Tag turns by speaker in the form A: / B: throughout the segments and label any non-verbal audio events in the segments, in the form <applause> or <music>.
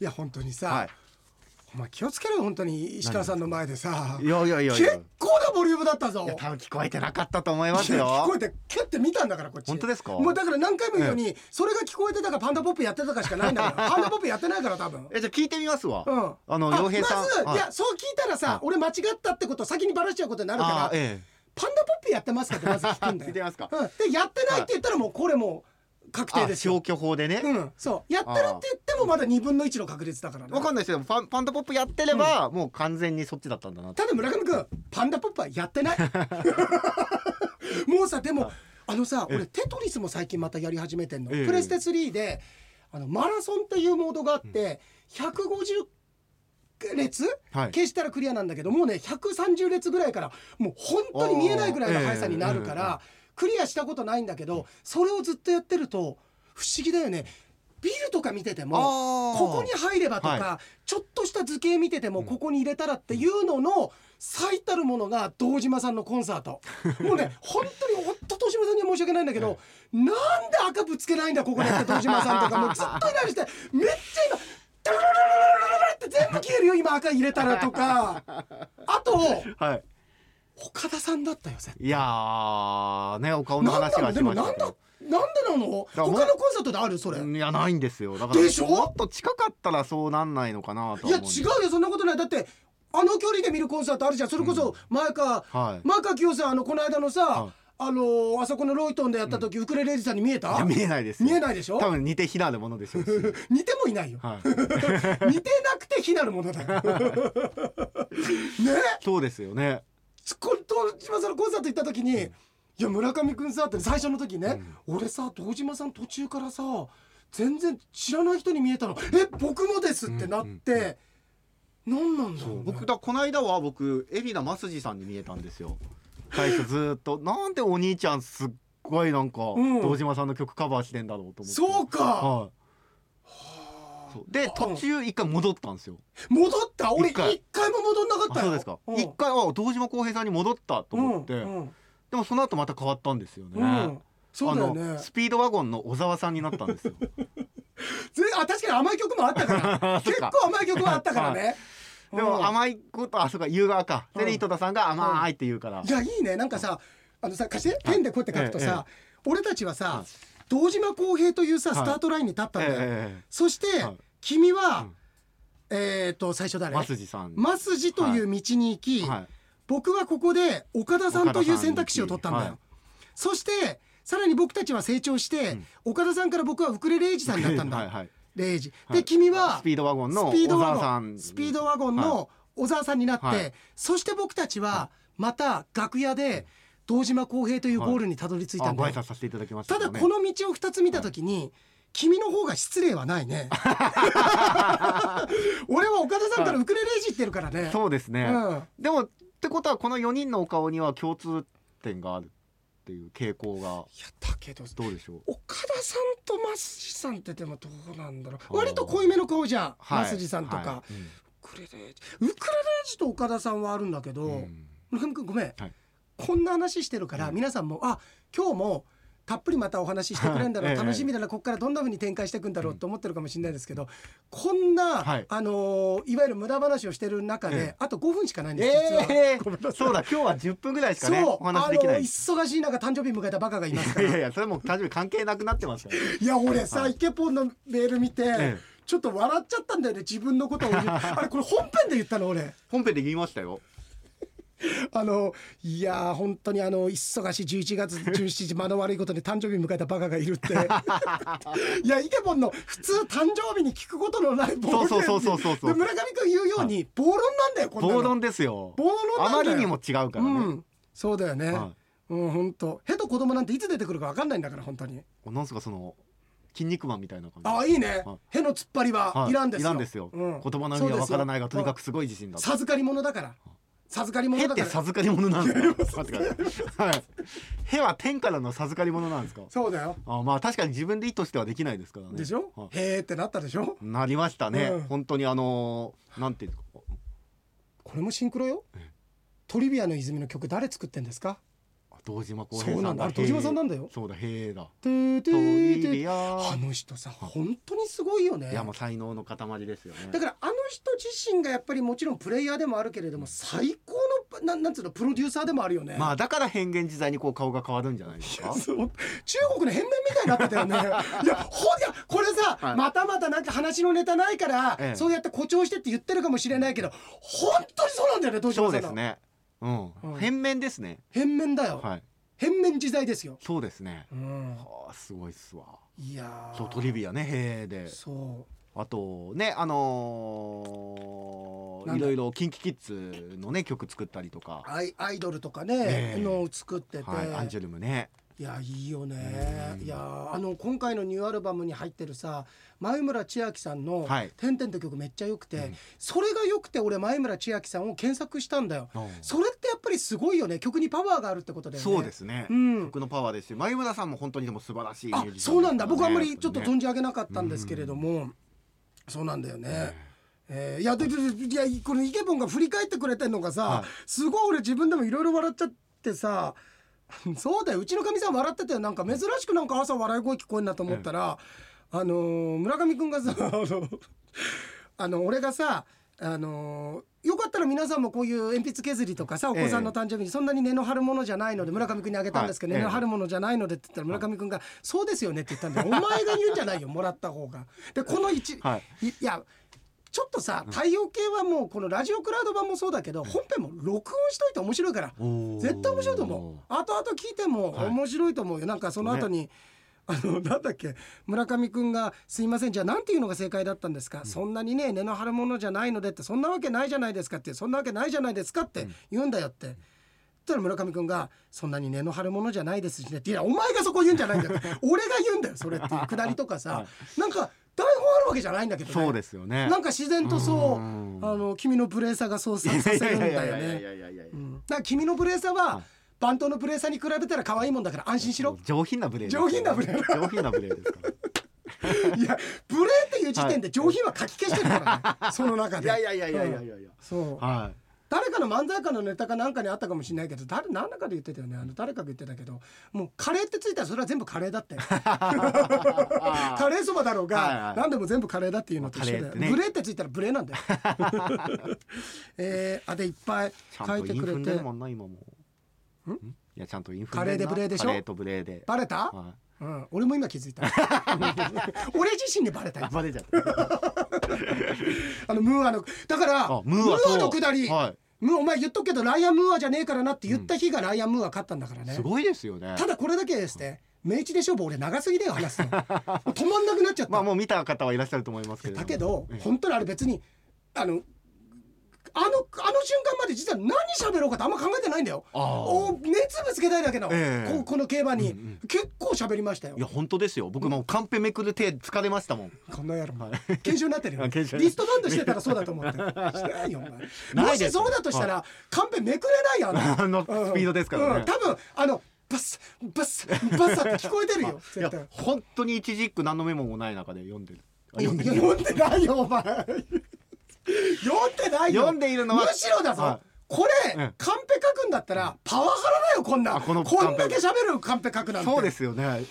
A: いや本当にさ、
B: はい
A: お前気をつけろよ本当に石川さんの前でさ
B: いやいやいやいや
A: 結構なボリュームだったぞ
B: いや多分聞こえてなかったと思います
A: いや聞こ
B: よ
A: えてキュッて見たんだからこっち
B: 本当ですか
A: もうだから何回も言うように、それが聞こえてたかパンダポップやってたかしかないんだ
B: <laughs>
A: からパンダポップやってないから多分
B: えじゃあ聞いてみますわ、
A: うん
B: あの洋平さん
A: まず、、
B: はい
A: やそう聞いたらさ、俺間違ったってこと先にバラしちゃうことになるから
B: あ、え
A: パンダポップやってますかってまず聞くんだよ
B: <laughs> 聞いてますか
A: うん、でやってないって言ったらもうこれもう確
B: え
A: 定
B: あ
A: ですよ
B: 消去法でね、
A: うん、そうやってるって言ってもまだ2分の1の確率だからね
B: わかんないですよファンパンダポップやってれば、もう完全にそっちだったんだなって
A: ただ村上君パンダポップはやって
B: <laughs>
A: ないもうさでもあのさ
B: ええ
A: 俺テトリスも最近またやり始めてんの、
B: ええ
A: プレステ3であのマラソンっていうモードがあって、150列、
B: はい
A: 消したらクリアなんだけどもうね130列ぐらいからもう本当に見えないぐらいの速さになるか
B: おーええ
A: ら、クリアしたことないんだけどそれをずっとやってると不思議だよねビルとか見てても
B: あー
A: ここに入ればとか、
B: は
A: ちょっとした図形見ててもここに入れたらっていうのの最たるものが堂島さんのコンサートもうね本当に本当堂島さんには申し訳ないんだけど、なんで赤ぶつけないんだここでって堂島さんとかもうずっとイライラしてめっちゃ今ダラララララララって全部消えるよ今赤入れたらとかあと
B: はい
A: 岡田さんだったよ絶対
B: いやーねお顔の
A: なん
B: 話
A: だろ
B: が
A: う
B: し
A: でも
B: ま
A: な
B: した
A: ん
B: け
A: だ
B: ど
A: なんでなの
B: ら
A: 他
B: もう
A: のコンサートであるそれ
B: いやないんですよだから
A: でしょ
B: もっと近かったらそうなんないのかなと
A: い
B: は
A: や
B: 思うんです
A: 違うよそんなことないだってあの距離で見るコンサートあるじゃんそれこそ前川、
B: はい
A: 前川清さんあのこの間のさ、
B: はい
A: あのーあそこのロイトンでやった時、ウクレレージさんに見え
B: い
A: た
B: や見えないですよ
A: 見えないでしょ
B: 多分似て非なるものでしょうし
A: <laughs> 似てもいないよ
B: はい
A: <laughs> 似てなくて非なるも
B: <laughs>
A: のだよね
B: そうですよね
A: こ堂島さんのコンサート行った時に「いや村上君さ」って最初の時ね、俺さ堂島さん途中からさ全然知らない人に見えたの「え僕もです」ってなって、何なんだろうね、
B: 僕だこの間は僕海老名正治さんに見えたんですよ最初ずーっと <laughs> なんでお兄ちゃんすっごいなんか
A: ん
B: 堂島さんの曲カバーしてんだろうと思って
A: そうか、
B: はいそうで途中一回戻ったんですよ
A: 戻った俺
B: 一
A: 一
B: 回
A: 回も戻んなかっ
B: あ
A: たよ
B: そうですか
A: ん
B: 一回あ堂島康平さんに戻ったと思って
A: うんうん
B: でもその後また変わったんですよね
A: うんそうだよね
B: あのスピードワゴンの小沢さんになったんですよ
A: ぜあ確かに甘い曲もあったから
B: <laughs> そっ
A: 結
B: か
A: 構甘い曲もあったからね
B: で
A: うん
B: も甘いことあそうか言う側かで
A: うん
B: 井戸田さんが甘いって言うから
A: いやいいねなんかさあのさ貸してペンでこうやって書くとさ、俺たちはさ堂島康平というさ
B: はい
A: スタートラインに立ったんだよ、
B: ええ
A: そして、
B: はい
A: 君は、
B: うん
A: えっ、と最初誰
B: 松治さん
A: マスジという道に行き、
B: はい
A: 僕はここで岡田さんという選択肢を取ったんだよ、
B: はい
A: そしてさらに僕たちは成長して、岡田さんから僕はウクレレイジさんになったんだ、
B: はいはい
A: レイジ
B: は
A: で
B: い
A: 君は
B: スピードワゴンの
A: スピードワ
B: 小沢
A: ゴ
B: さ
A: ン
B: ん
A: スピードワゴンの小沢さんになって、
B: はい
A: そして僕たちはまた楽屋で堂島康平というゴールにたどり着いた
B: あ
A: んだ
B: ご
A: よ、
B: 挨拶させていただきました
A: た
B: けど
A: だ
B: ね
A: この道を2つ見た時に、君の方が失礼はない
B: <laughs>
A: ね俺は岡田さんからウクレレイジ言ってるからね、
B: そうですね、
A: うん
B: でもってことはこの4人のお顔には共通点があるっていう傾向が
A: いやだけど
B: どうでしょう
A: 岡田さんと増地さんってでもどうなんだろ
B: あー
A: う割と濃いめの顔じゃん、
B: はい
A: 増地さんとか、
B: はいうん
A: ウクレレージウクレレージと岡田さんはあるんだけど、
B: うん
A: 村上君ごめん、
B: はい
A: こんな話してるから、皆さんもあ今日もたっぷりまたお話ししてくれるんだろう
B: ええ
A: 楽しみだなここからどんな風に展開していくんだろうと思ってるかもしれないですけど、こんな、
B: はい
A: あのーいわゆる無駄話をしてる中で、
B: ええ
A: あと5分しかないんです実は。
B: えー、そうだ今日は10分ぐらいしか
A: そう、
B: ねお
A: あの
B: 話できないです
A: 忙しい中誕生日迎えたバカがいますか
B: い
A: ら
B: やいやそれもう誕生日関係なくなってますから
A: いや俺さ、イケポンのメール見て、
B: ええ
A: ちょっと笑っちゃったんだよね自分のことを
B: <laughs>
A: 言うあれこれ本編で言ったの俺
B: 本編で言いましたよ
A: あのいやー本当にあの忙しい11月17日間の悪いことで誕生日迎えたバカがいるって
B: <laughs>
A: いやイケポンの普通誕生日に聞くことのない暴論
B: そうそうそうそうそうそう
A: で村上君言うように暴論なんだよこんなの
B: 暴論ですよ
A: 暴論
B: あ
A: な
B: ま
A: んだよ
B: りにも違うからね、
A: うんそうだよね、
B: は
A: うん本当へと子供なんていつ出てくるか分かんないんだから本当に
B: なんすかその筋肉マンみたいな感じ
A: ああいいね
B: は
A: への突っ張りは
B: はい
A: いらんですよ、
B: いらんですよ、
A: うん
B: 言葉の意味はわからないがと
A: そうですよ
B: にかくすごい自信だ
A: 授かり物だから授かり
B: へ
A: 物
B: っ
A: だか
B: て
A: ら
B: 授かり物なんですか待ってくださいはいへは天からの授かり物なんですか
A: そうだよ
B: あまあ確かに自分で意図してはできないですからね
A: でしょ、
B: はい
A: へーってなったでしょ
B: なりましたね、
A: うん
B: 本当にあのーなんていうんですか
A: これもシンクロよトリビアの泉の曲誰作ってんですか
B: あ堂島光
A: そうな
B: 平さ
A: ん
B: ん
A: だあ
B: だ
A: れ堂島さんなんだ
B: へ
A: よ
B: ーそうだへえだ
A: てーて
B: ト
A: ー
B: イ
A: てー
B: ビア
A: あの人さ本当にすごいよね
B: いやもう才能の塊ですよね
A: だからあの人自身がやっぱりもちろんプレイヤーでもあるけれども最高のなんなんつうのプロデューサーでもあるよね
B: まあだから変幻自在にこう顔が変わるんじゃないです
A: <laughs>
B: か
A: そう中国の変面みたいになってたよ
B: <laughs>
A: ねいやほいやこれさ、
B: はい
A: またまたなんか話のネタないから、
B: ええ
A: そうやって誇張してって言ってるかもしれないけど本当にそうなんだよね東
B: そ
A: 島
B: う
A: さ
B: で
A: ん
B: す
A: の、
B: ねうん、
A: うん
B: 変面ですね
A: 変面だよ、
B: はい
A: 変面自在ですよ、
B: そうですね
A: うん、
B: はあすごいっすわ
A: いやー
B: そうトリビアねへえで
A: そ
B: あとねあのー
A: なん
B: い
A: だ
B: ろいろキンキキッズのね曲作ったりとか
A: う、アイアイドルとかね、
B: ええ
A: のを作ってて、
B: はい、アンジェルムね
A: いやいいよね、
B: うん
A: いやあの今回のニューアルバムに入ってるさ前村千秋さんの
B: はい
A: 「てんてん」って曲めっちゃ良くて、
B: うん
A: それが良くて俺前村千秋さんを検索したんだよ
B: うん
A: それってやっぱりすごいよね曲にパワーがあるってことだよね
B: そうですね、
A: うん
B: 曲のパワーですし前村さんも本当にでも素晴らしいミュ
A: あ
B: ージシャンですからね
A: そうなんだ僕あんまりちょっと
B: やぱり
A: 存じ上げなかったんですけれども、そうなんだよね、
B: ね
A: えーいやでででいやこのイケボンが振り返ってくれてんのがさ、
B: はい
A: すごい俺自分でもいろいろ笑っちゃってさ <laughs> そうだようちのかみさん笑っててなんか珍しくなんか朝笑い声聞こえんなと思ったら、あのー村上くんがさあのあの俺がさあのーよかったら皆さんもこういう鉛筆削りとかさお子さんの誕生日にそんなに根の張るものじゃないので村上くんにあげたんですけど、
B: はい
A: 根の張るものじゃないのでって言ったら村上くんが「そうですよね」って言ったんだよお前が言うんじゃないよもらった方が。でこの一、
B: はい
A: いいやちょっとさ太陽系はもうこのラジオクラウド版もそうだけど本編も録音しといて面白いから
B: おー
A: 絶対面白いと思う後々聞いても
B: はい
A: 面白いと思うよ、なんかその後に、 <laughs> あのなんだっけ村上くんが「すいませんじゃあ何ていうのが正解だったんですか、そんなにね根の張るものじゃないので」って「そんなわけないじゃないですか」って「そんなわけないじゃないですか」って言うんだよって。そしたら村上くんが「そんなに根の張るものじゃないですしね」って「いやお前がそこ言うんじゃないんだよ俺が言うんだよそれ」っていうくだりとかさ、なんか台本あるわけじゃないんだけどね
B: そうですよね
A: なんか自然とそうう
B: ーん
A: あの君のブレーサーが操作させるんだよね。
B: いやいやいや
A: うんだから君のブレーサーは番頭のブレーサーに比べたら可愛いもんだから安心
B: <laughs>
A: しろ。
B: 上品なブレーです
A: 上品な無礼
B: 上品な無礼ですから
A: いやブレーっていう時点で上品は書き消してるからね。その中で。うん
B: いや
A: そう。
B: は
A: 誰かの漫才家のネタかなんかにあったかもしれないけど誰何らかで言ってたよねあの誰かが言ってたけどもうカレーってついたらそれは全部カレーだってカレーそばだろうが、
B: はいはい
A: 何でも全部カレーだっていうのと一緒だ
B: まあ
A: よ、
B: カレーってね
A: ブレーってついたらブレーなんだよ、
B: <laughs>
A: えー、あでいっぱい
B: いちゃん
A: 書
B: と
A: いて
B: イン
A: く
B: フ
A: れ
B: ンで
A: て
B: るもんな今
A: ん
B: もいやちゃんとインフン
A: カレーで無礼でしょ
B: カレーと無礼で
A: バレた、
B: は
A: うん、俺も今気づいた <laughs> 俺自身にバレた
B: <laughs> いあ
A: よ
B: バレちゃった
A: あのムーアのだから
B: あ
A: ム
B: ム
A: ー
B: ーアそう
A: アのくだり、
B: は
A: ムーお前言っとくけどライアンムーアじゃねえからなって言った日がライアンムーア勝ったんだからね、
B: いすごいですよね
A: ただこれだけですね明治で勝負俺長すぎだよ
B: <laughs>
A: 話すのもう止まんなくなっちゃった、
B: まあもう見た方はいらっしゃると思いますけれども
A: だけど、
B: ええ
A: 本当にあれ別にあのあのあの瞬間まで実は何喋ろうかってあんま考えてないんだよ
B: ああ
A: お熱ぶつけたいだけの、
B: ええ
A: ここの競馬に、
B: うんうん
A: 結構喋りましたよ
B: いや本当ですよ僕もうカンペめくる手疲れましたもん
A: この野郎、研修になってるよ、
B: あ
A: リ
B: 研修
A: ストバンドしてたらそうだと
B: <laughs>
A: 思ってしてないよお前
B: な
A: も
B: いです
A: しそうだとしたら、カンペめくれないよ
B: <laughs> <laughs> あのスピードですからね
A: うん多分あのバスバスバスって聞こえてるよ
B: <laughs> い
A: 絶
B: や
A: 対
B: 本当に一字一句何のメモもない中で読んでるあ
A: いや
B: 読んでる
A: 読んでないよお前読んでないよ
B: 読んでいるのは
A: むしろだぞ、
B: はい
A: これ、
B: うん
A: カンペ書くんだったらパワハラだよこんな
B: あこの
A: こんだけ
B: カンペ
A: 喋るカンペ書くなんて
B: そうですよね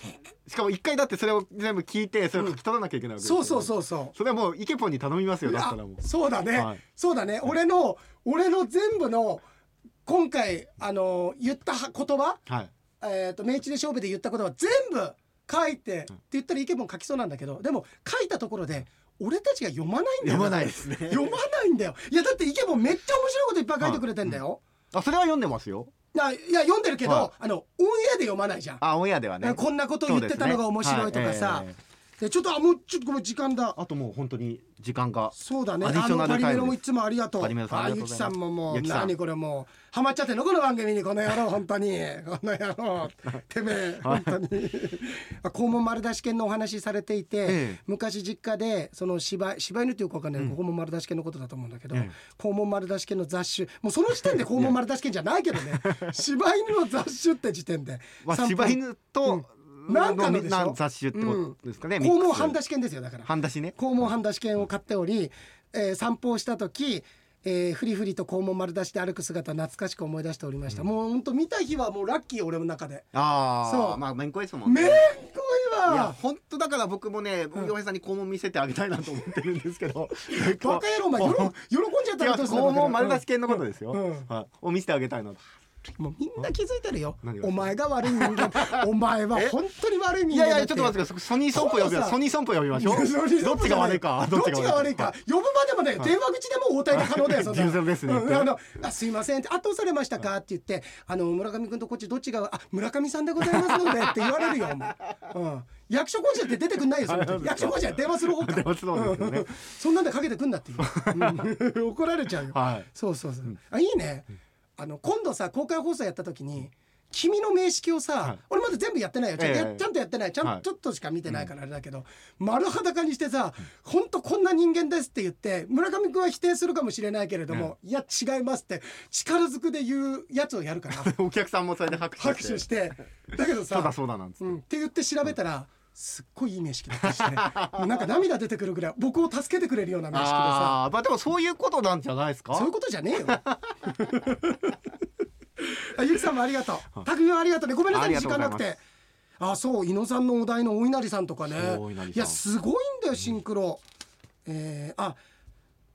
B: しかも一回だってそれを全部聞いてそれを書き取らなきゃいけないわけですよ
A: そうそうそうそう
B: それはもうイケポンに頼みますよだったらもう
A: あそうだね、
B: はい
A: そうだね俺の俺の全部の今回あの言ったは言葉
B: はい
A: えー、と明治で勝負で言ったことは全部書いて、って言ったらイケボン書きそうなんだけどでも書いたところで俺たちが読まないんだよ
B: 読まないです
A: <laughs>
B: ね
A: 読まないんだよいやだってイケボンめっちゃ面白いこといっぱい書いてくれてんだよ、
B: あそれは読んでますよ
A: ないや読んでるけど、
B: は
A: あのオンエアで読まないじゃん、
B: あオンエアではね
A: こんなこと言ってたのが面白いとかさ
B: そうですねはいえええ
A: でちょっとあもうちょっとごめん時間だ
B: えあともう本当に時間が
A: そうだね
B: アディ
A: あ
B: ショ
A: の
B: ナル
A: パリメロ
B: タイ
A: も
B: ムで
A: い
B: す
A: つもありがとう
B: パリメロさんありがとう
A: ゆ
B: ご
A: き
B: ざいます
A: さんももう
B: ゆきさん
A: 何これもうハマっちゃってんのこの番組にこの野郎本当にこの野郎てめ
B: <laughs>
A: え本当にあ肛門丸出し犬のお話されていて、
B: ええ
A: 昔実家でその柴柴犬っていうかわかんない、ここも丸出し犬のことだと思うんだけど、
B: ええ
A: 肛門丸出し犬の雑種もうその
B: <laughs>
A: 時点で肛門丸出し犬じゃないけどね柴犬の雑種って時点で、
B: まあ
A: 散歩
B: 柴犬と
A: うんなんかのでしょ
B: な雑種ってことですかね
A: 肛
B: ミックス
A: 門半出し犬ですよだから
B: 半出しね
A: 肛門半出し券を買っており、えー散歩をした時えー、フリフリと肛門丸出しで歩く姿懐かしく思い出しておりました、もうほんと見た日はもうラッキー俺の中で
B: ああ
A: そう
B: まあめんこいですもん
A: めん
B: ね
A: こい
B: いや
A: わ
B: 本当だから僕もね洋平さんに肛門見せてあげたいなと思ってるんですけど
A: <laughs> バカ野郎お前よろ喜んじゃった
B: いや
A: らどうすんだ
B: 肛門丸出し
A: け
B: 系のことですよ、
A: うん
B: はい、を見せてあげたいなと
A: もうみんな気づいてるよ
B: <laughs> 何が
A: お前が悪い人間お前は本当に悪い
B: い
A: 人間
B: や
A: だ
B: いやちょっと待ってくださいソニーソンポ呼び
A: この <laughs>
B: ま
A: さ
B: ソニーソンポ呼びましょう
A: それ
B: どっちが悪いか
A: どっちが悪いか呼ぶまでもね電話口でも応対が可能だよそんな
B: <laughs> 重症ですね
A: うんあのあすいませんって圧倒されましたかって言ってあの村上君とこっちどっちがあ村上さんでございますのでって言われるよお前うん役所工事だって出てくんないよその時役所工事は電話する方
B: <laughs>
A: か
B: 電話する方ですよね
A: うんそんなんでかけてくんなっていううん <laughs> 怒られちゃうよ
B: はい
A: そうそうそう。あいいね。あの今度さ公開放送やった時に。君の名式をさ、
B: はい
A: 俺まだ全部やってないよちゃ,、
B: ええ
A: やちゃんとやってないちゃん、
B: はい
A: ちょっとしか見てないからあれだけど、丸裸にしてさ「ほんとこんな人間です」って言って村上君は否定するかもしれないけれども「いや違います」って力ずくで言うやつをやるから
B: <laughs> お客さんもそれで拍手
A: 拍手してだけど
B: ただ
A: さ
B: そうだなんつって、
A: うん、って言って調べたら、すっごいいい名式だったしねもうなんか涙出てくるぐらい僕を助けてくれるような名式でさ
B: ああーまあでもそういうことなんじゃないですか
A: そういうことじゃ
B: <laughs>
A: ねえよ。あゆきさんもありがとう。たくみもありがとうね。ごめんなさ
B: あ
A: い
B: り
A: ね
B: が
A: 時
B: と
A: 間
B: う
A: ないく
B: ござます
A: て。あ、そう伊野さんのお題のお稲荷さんとかね
B: そうお稲荷さん。
A: いやすごいんだよシンクロ。えーあ、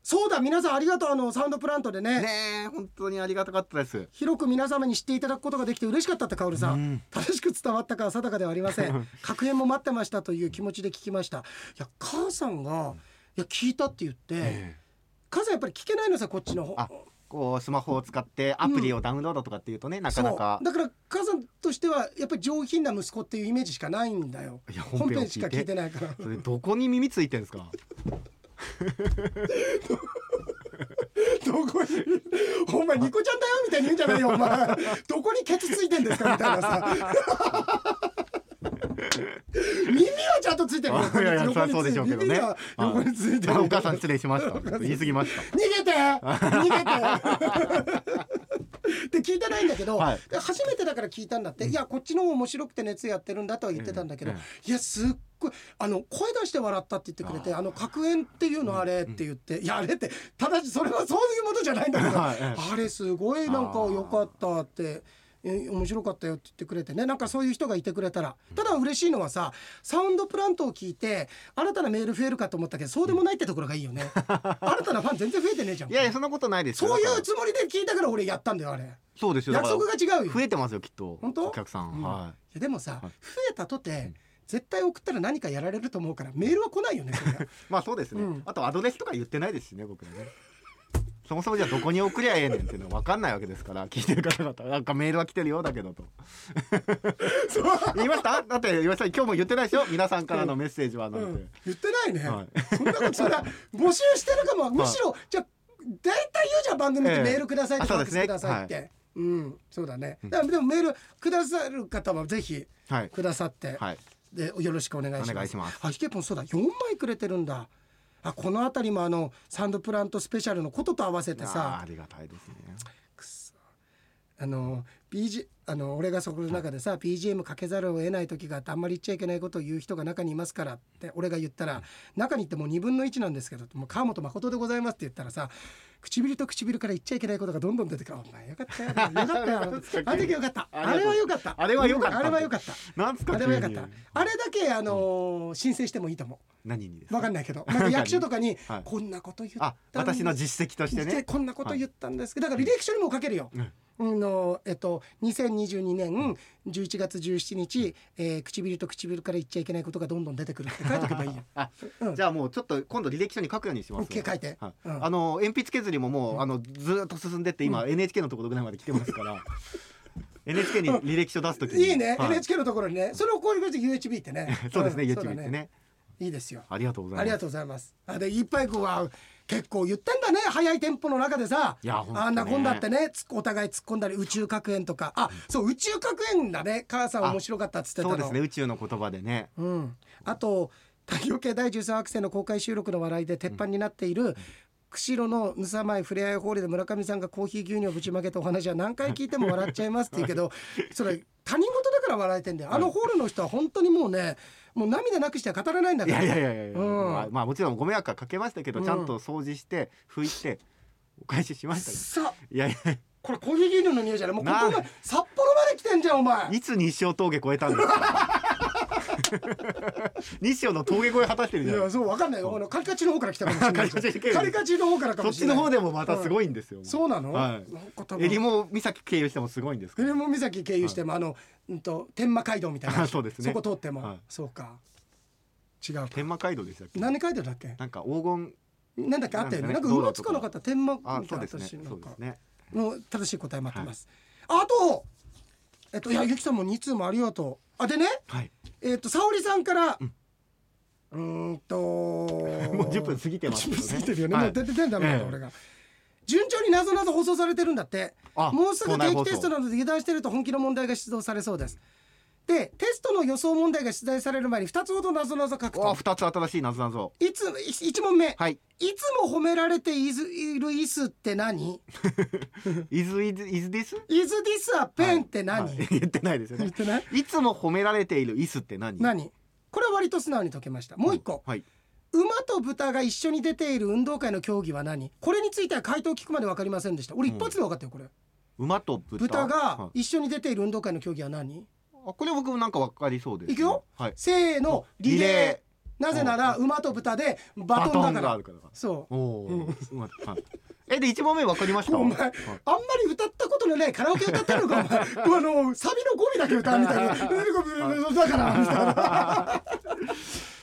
A: そうだ皆さんありがとうあのサウンドプラントでね。
B: ねえ本当にありがたかったです
A: 広く皆様に知っていただくことができて嬉しかったってカオルさん、
B: うん
A: 正しく伝わったかは定かではありません確変も待ってましたという気持ちで聞きましたいや母さんがいや聞いたって言って、
B: ええ
A: 母さんやっぱり聞けないのさこっちの方
B: あこうスマホを使ってアプリをダウンロードとかっていうとね、なかなか
A: そうだから母さんとしてはやっぱり上品な息子っていうイメージしかないんだよ
B: いや
A: 本編しか聞いて
B: な
A: な
B: い
A: いから <laughs>
B: それどこに耳ついてんですか
A: どこにお前ニコちゃんだよみたいに言うんじゃないよお前どこにケツついてんですかみたいなさ
B: <laughs>
A: 耳はちゃんとついてるよ
B: あいやいやそりゃそうでしょうけどね
A: 耳は横についてる
B: あお母さん失礼しました言い過ぎました
A: 逃げて逃げてって聞いてないんだけど、
B: はい
A: で初めてだから聞いたんだって、いやこっちの方面白くて熱やってるんだとは言ってたんだけど、
B: うんうん
A: いやすっごいあの声出して笑ったって言ってくれて「あの格演っていうのあれ」って言って「いやあれ」ってただしそれはそういうものじゃないんだけど、
B: はいええ
A: あれすごいなんか良かったって。え面白かったよって言ってくれてねなんかそういう人がいてくれたらただ嬉しいのはさサウンドプラントを聞いて新たなメール増えるかと思ったけどそうでもないってところがいいよ
B: <laughs>
A: ね新たなファン全然増えてねえじゃん
B: いやいやそんなことないですよ
A: そうい
B: だか
A: う
B: ら
A: つもりで聞いたから俺やったんだよあれ
B: そうですよだ
A: 約
B: から
A: 束が違うよ
B: 増えてますよきっと
A: 本当
B: お客さん、
A: うん
B: はい
A: やでもさ、
B: はい
A: 増えたとて絶対送ったら何かやられると思うからメールは来ないよねそ
B: <laughs>
A: りゃ
B: いまあそうですね、
A: うん
B: あとアドレスとか言ってないですしね僕らね <laughs> そもそもじゃあどこに送りゃええねんっていうのは分かんないわけですから聞いてる方々なんかメールは来てるようだけどと言いましただって岩井さん今日も言ってないでしょ皆さんからのメッセージはなん
A: う
B: て、
A: ん言ってないね、
B: は
A: そんなことそりゃ募集してるかもむしろ、じゃあ大体言うじゃん番組で
B: ええ
A: メールくださいと
B: あ
A: か、
B: そうですね
A: ファックスくださいって、うんそうだね、だからでもメールくださる方はぜひ
B: はい
A: くださって、
B: はい
A: でよろしくお願いします。
B: お願いします
A: あひけぽんそうだ4枚くれてるんだ。あこの辺りもあのサンドプラントスペシャルのことと合わせて
B: あー
A: さ
B: ありがたいですね
A: あの BG あの俺がそこの中でさ BGM かけざるを得ない時があってあんまり言っちゃいけないことを言う人が中にいますからって俺が言ったら中に行ってもう2分の1なんですけどもう川本誠でございますって言ったらさ唇と唇から言っちゃいけないことがどんどん出てくるお前よかったよよかったよあの時よかったあれはよかった
B: あれはよかった
A: あれはよかった
B: なんすか
A: あれはよかっ
B: 急
A: た
B: に
A: あれだけあのー申請してもいいと思う
B: 何にです
A: わかんないけど、なんか役所とかに
B: はい
A: こんなこと言ったん
B: あ私の実績として
A: して
B: ね
A: こんなこと言ったんですけど、だから履歴書にも書けるよ。
B: うん
A: うんのえっと2022年11月17日、
B: <laughs>
A: えー唇と唇から言っちゃいけないことがどんどん出てくるって書いとけばいいよ。
B: あ
A: うん <laughs>
B: じゃあもうちょっと今度履歴書に書くようにします
A: オッケー書いて
B: は
A: うん
B: あの鉛筆削りももう、あのずーっと進んでって今 NHK のところぐらいまで来てますから
A: <laughs>
B: NHK に履歴書出すときに
A: いいね、
B: は
A: NHK のところにね、それをこういうことで UHB ってね
B: <laughs> 。そうですね
A: ん
B: YouTube
A: だ
B: ってね
A: いいですよ。
B: ありがとうございます
A: ありがとうございます。あでいっぱいこうは結構言ってんだね早いテンポの中でさ、
B: いやほんとね
A: あんなこんだってねつお互い突っ込んだり宇宙学園とかあそう宇宙学園だね母さん面白かったっつってたの。
B: そうですね宇宙の言葉でね
A: うん、あと太陽系第13惑星の公開収録の笑いで鉄板になっている、釧路のぬさまいふれあいホールで村上さんがコーヒー牛乳をぶちまけたお話は何回聞いても笑っちゃいますって言うけ
B: <laughs>
A: どそれ他人事だから笑えてんだよあのホールの人は本当にもうねもう涙なくしては語らないんだ
B: い
A: から
B: やいやいやいやいや、
A: うん
B: まあ、まあもちろんご迷惑はかけましたけど、
A: うん
B: ちゃんと掃除して拭いてお返ししましたよ
A: さ
B: いやいや
A: これコーヒー牛乳の匂いじゃないもうここま
B: な
A: で札幌まで来てんじゃんお前
B: いつ日照峠越えたんですか <laughs> 日照の峠越え果たしてる
A: い
B: じゃない
A: やそうわかんないよあのカリカチの方から来たかもしれない
B: カリカチ系
A: カリカチの方からか
B: そ
A: も
B: っ
A: し
B: ち
A: れな
B: の
A: い
B: 方でもまたすごいんですよ、
A: そうなの、
B: はい
A: なんか多分
B: 襟裳岬経由してもすごいんですか
A: フレ
B: ら
A: モ岬経由しても、あの、うんと、天満街道みたいな。
B: あそうですね
A: こ通っても、
B: はい
A: そうか。違うか。
B: 天満街道でしたっけ
A: 何街道だっけ。
B: なんか黄金
A: なんだっけ、あったよね。な
B: なんん
A: か、
B: か
A: う
B: ね
A: ろつかなかった、天満
B: あ
A: みた
B: そ
A: いうな
B: ですね
A: 私な
B: そ
A: ん
B: うで
A: か
B: す。ね
A: の、正しい答え待ってます。あと。えっと、いや、ゆきさんも二通もありがとう。あ、でね、
B: はい
A: えっと、沙織さんから。うーんと。
B: <laughs> もう10分過ぎてますよ
A: 10
B: ね
A: 分過ぎてるよね。
B: はい
A: もう出ててんだもん
B: え
A: だ、
B: え
A: 俺が。順調になぞなぞ放送されてるんだって。
B: あ
A: もうすぐ
B: 校内
A: 定
B: 放
A: 期
B: 送
A: テストなどで油断してると本気の問題が出動されそうです。でテストの予想問題が出題される前に2つほどなぞなぞ書く
B: わ
A: と
B: あ二つ新しい謎謎
A: いつい1問目、
B: はい
A: い、つも褒められていずいるイスって何
B: is is is this
A: イズディスはペンって何、
B: はい <laughs> 言ってないですよ
A: 言っ
B: ね
A: てない
B: いつも褒められているイスって何
A: 何これは割と素直に解けましたもう一個、
B: はい
A: 馬と豚が一緒に出ている運動会の競技は何これについては回答聞くまで分かりませんでした俺一発で分かったよこれ、
B: 馬と豚
A: 豚が
B: はい
A: 一緒に出ている運動会の競技は何
B: あこれ僕なんかわかりそうです
A: いくよ
B: はい
A: せーのリ
B: リ
A: レー
B: レ
A: なぜなら馬と豚でバ
B: バ
A: ト
B: ト
A: ン
B: ン
A: だ
B: が
A: か
B: あ
A: ら
B: るから
A: そ
B: おおー、はいはいえで一問目わかりました
A: お前
B: はいう
A: あんまり歌ったことのないカラオケ歌ってるのか
B: <laughs>
A: お前あのサビの語尾だけ歌うみたいな <laughs> だからみたいな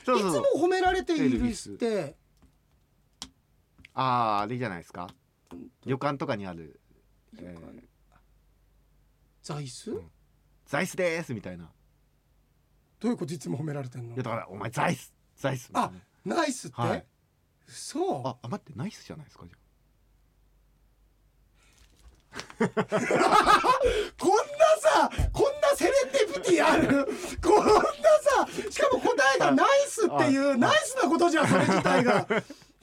B: そう
A: い
B: <laughs> そ
A: つ
B: うそう
A: も褒められているって
B: あーあれじゃないですか旅館とかにある、え
A: 旅館
B: ー、
A: 座椅子
B: うん座椅子ですみたいな
A: どういうこといつも褒められてん
B: いや
A: の
B: だからお前座椅子座椅子みたい
A: あ
B: な
A: ナイスって、
B: はい
A: 嘘
B: ああ待ってナイスじゃないですかじゃ
A: こんなさこんなセレンディピティあ <laughs> るこんなさしかも答えがナイスっていうナイスなことじゃんそれ自体 <laughs> がこ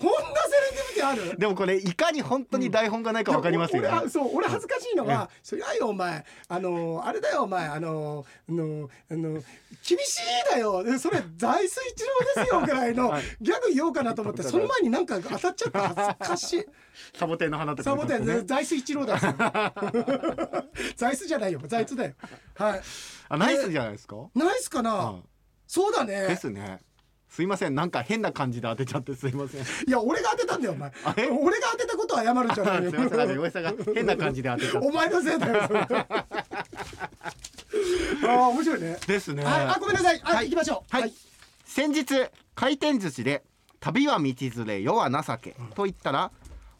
A: んなセレンディピティある
B: あでもこれいかに本当に台本がないかわかりますよ
A: いや俺あ
B: ね、
A: そう俺恥ずかしいのは「そりゃよお前あのーあれだよお前あのーあのーあのー厳しいだよでそれ財水一郎ですよ」ぐらいのギャグ言おうかなと思ってその前になんか当たっちゃった恥ずかしい
B: サボテンの花とか
A: サボテン
B: ね
A: 財水一郎だ <laughs> 財水じゃないよ財津だよはい
B: あナイスじゃないですか、
A: ナイスかな
B: うん
A: そうだ
B: で
A: ね
B: すねすいませんなんか変な感じで当てちゃってすいま <laughs> せんす
A: いや俺が当てたんだよお前
B: あれ
A: 俺が当てたことは謝るんじゃ
B: いま
A: ない
B: せ
A: よ
B: んなんか岩井さんが変な感じで当てちゃっ
A: お前のせいだよそれああ面白いね
B: てですね
A: はい、あ、ごめんなさい。はい、
B: はい
A: 行きましょう。
B: はい、先日回転寿司で「旅は道連れ世は情け」と言ったら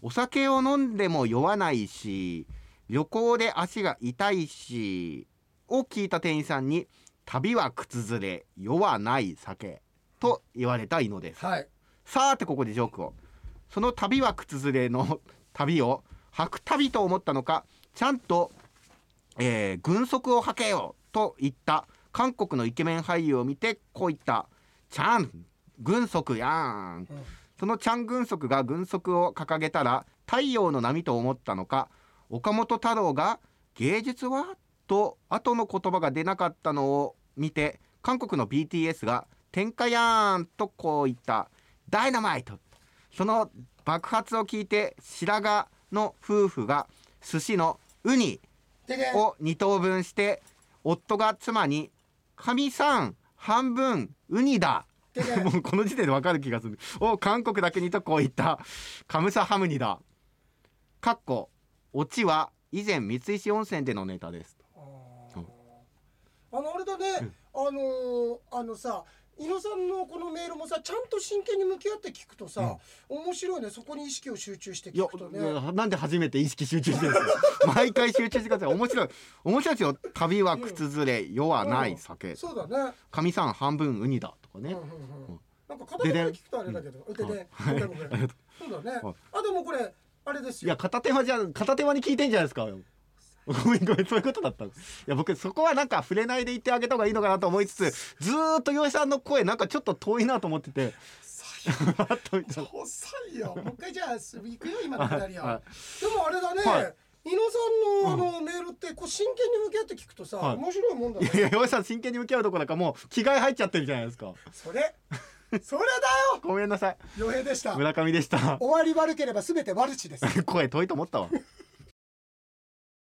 B: お酒を飲んでも酔わないし旅行で足が痛いしを聞いた店員さんに「旅は靴連れ酔わない酒」と言われたいのです
A: はい。
B: さーてここでジョークをその旅は靴連れの <laughs> 旅を白旅と思ったのかちゃんと、えー軍足を履けよと言った韓国のイケメン俳優を見てこう言った「ちゃん軍足やん」そのチャン・軍足が軍足を掲げたら太陽の波と思ったのか岡本太郎が「芸術は?」と後の言葉が出なかったのを見て韓国の BTS が「天下やーん」とこう言った「ダイナマイト」その爆発を聞いて白髪の夫婦が寿司のウニ
A: でけん
B: を2等分して夫が妻に「かみさん半分ウニだ」
A: でけん
B: <laughs> もうこの時点でわかる気がする。お韓国だけにとこう言った。カムサハムニだ。かっこ、オチは以前三石温泉でのネタです。
A: あの、あれだね。あのー、あのさ。伊野さんのこのメールもさちゃんと真剣に向き合って聞くとさ、面白いねそこに意識を集中して
B: いや
A: 聞くと、ね
B: なんで初めて意識集中してるんです
A: <laughs>
B: か毎回集中してください。面白い。面白いですよ。旅は靴ずれ、世はない酒。
A: そうだね
B: かみさん半分ウニだとかね
A: うん。うんうんなんか片手で聞くとあれだけどででごめんごめんそうだね
B: はい
A: あでもこれあれです
B: い
A: よ
B: や、片手間じゃ、片手間に聞いてんじゃないですか。
A: <laughs>
B: ごめんごめんそういうことだったのいや僕そこはなんか触れないで言ってあげた方がいいのかなと思いつつずーっと岩井さんの声なんかちょっと遠いなと思ってて
A: 最悪
B: パッと見たら
A: 遅い
B: <laughs>
A: よ。もう一回じゃあ行くよ今のくだりを。で
B: は
A: もあれだね。
B: はい
A: 伊野さんのあのメールってこう真剣に向き合って聞くとさ、
B: はい
A: 面白いもんだ
B: <laughs> い
A: ね。
B: やいや、岩井さん真剣に向き合うどころかもう着替え入っちゃってるじゃないですか。
A: それそりゃだよ
B: ごめんなさい
A: 余平でした
B: <laughs> 村上でした
A: 終わり悪ければ全て悪しです
B: 声遠いと思ったわ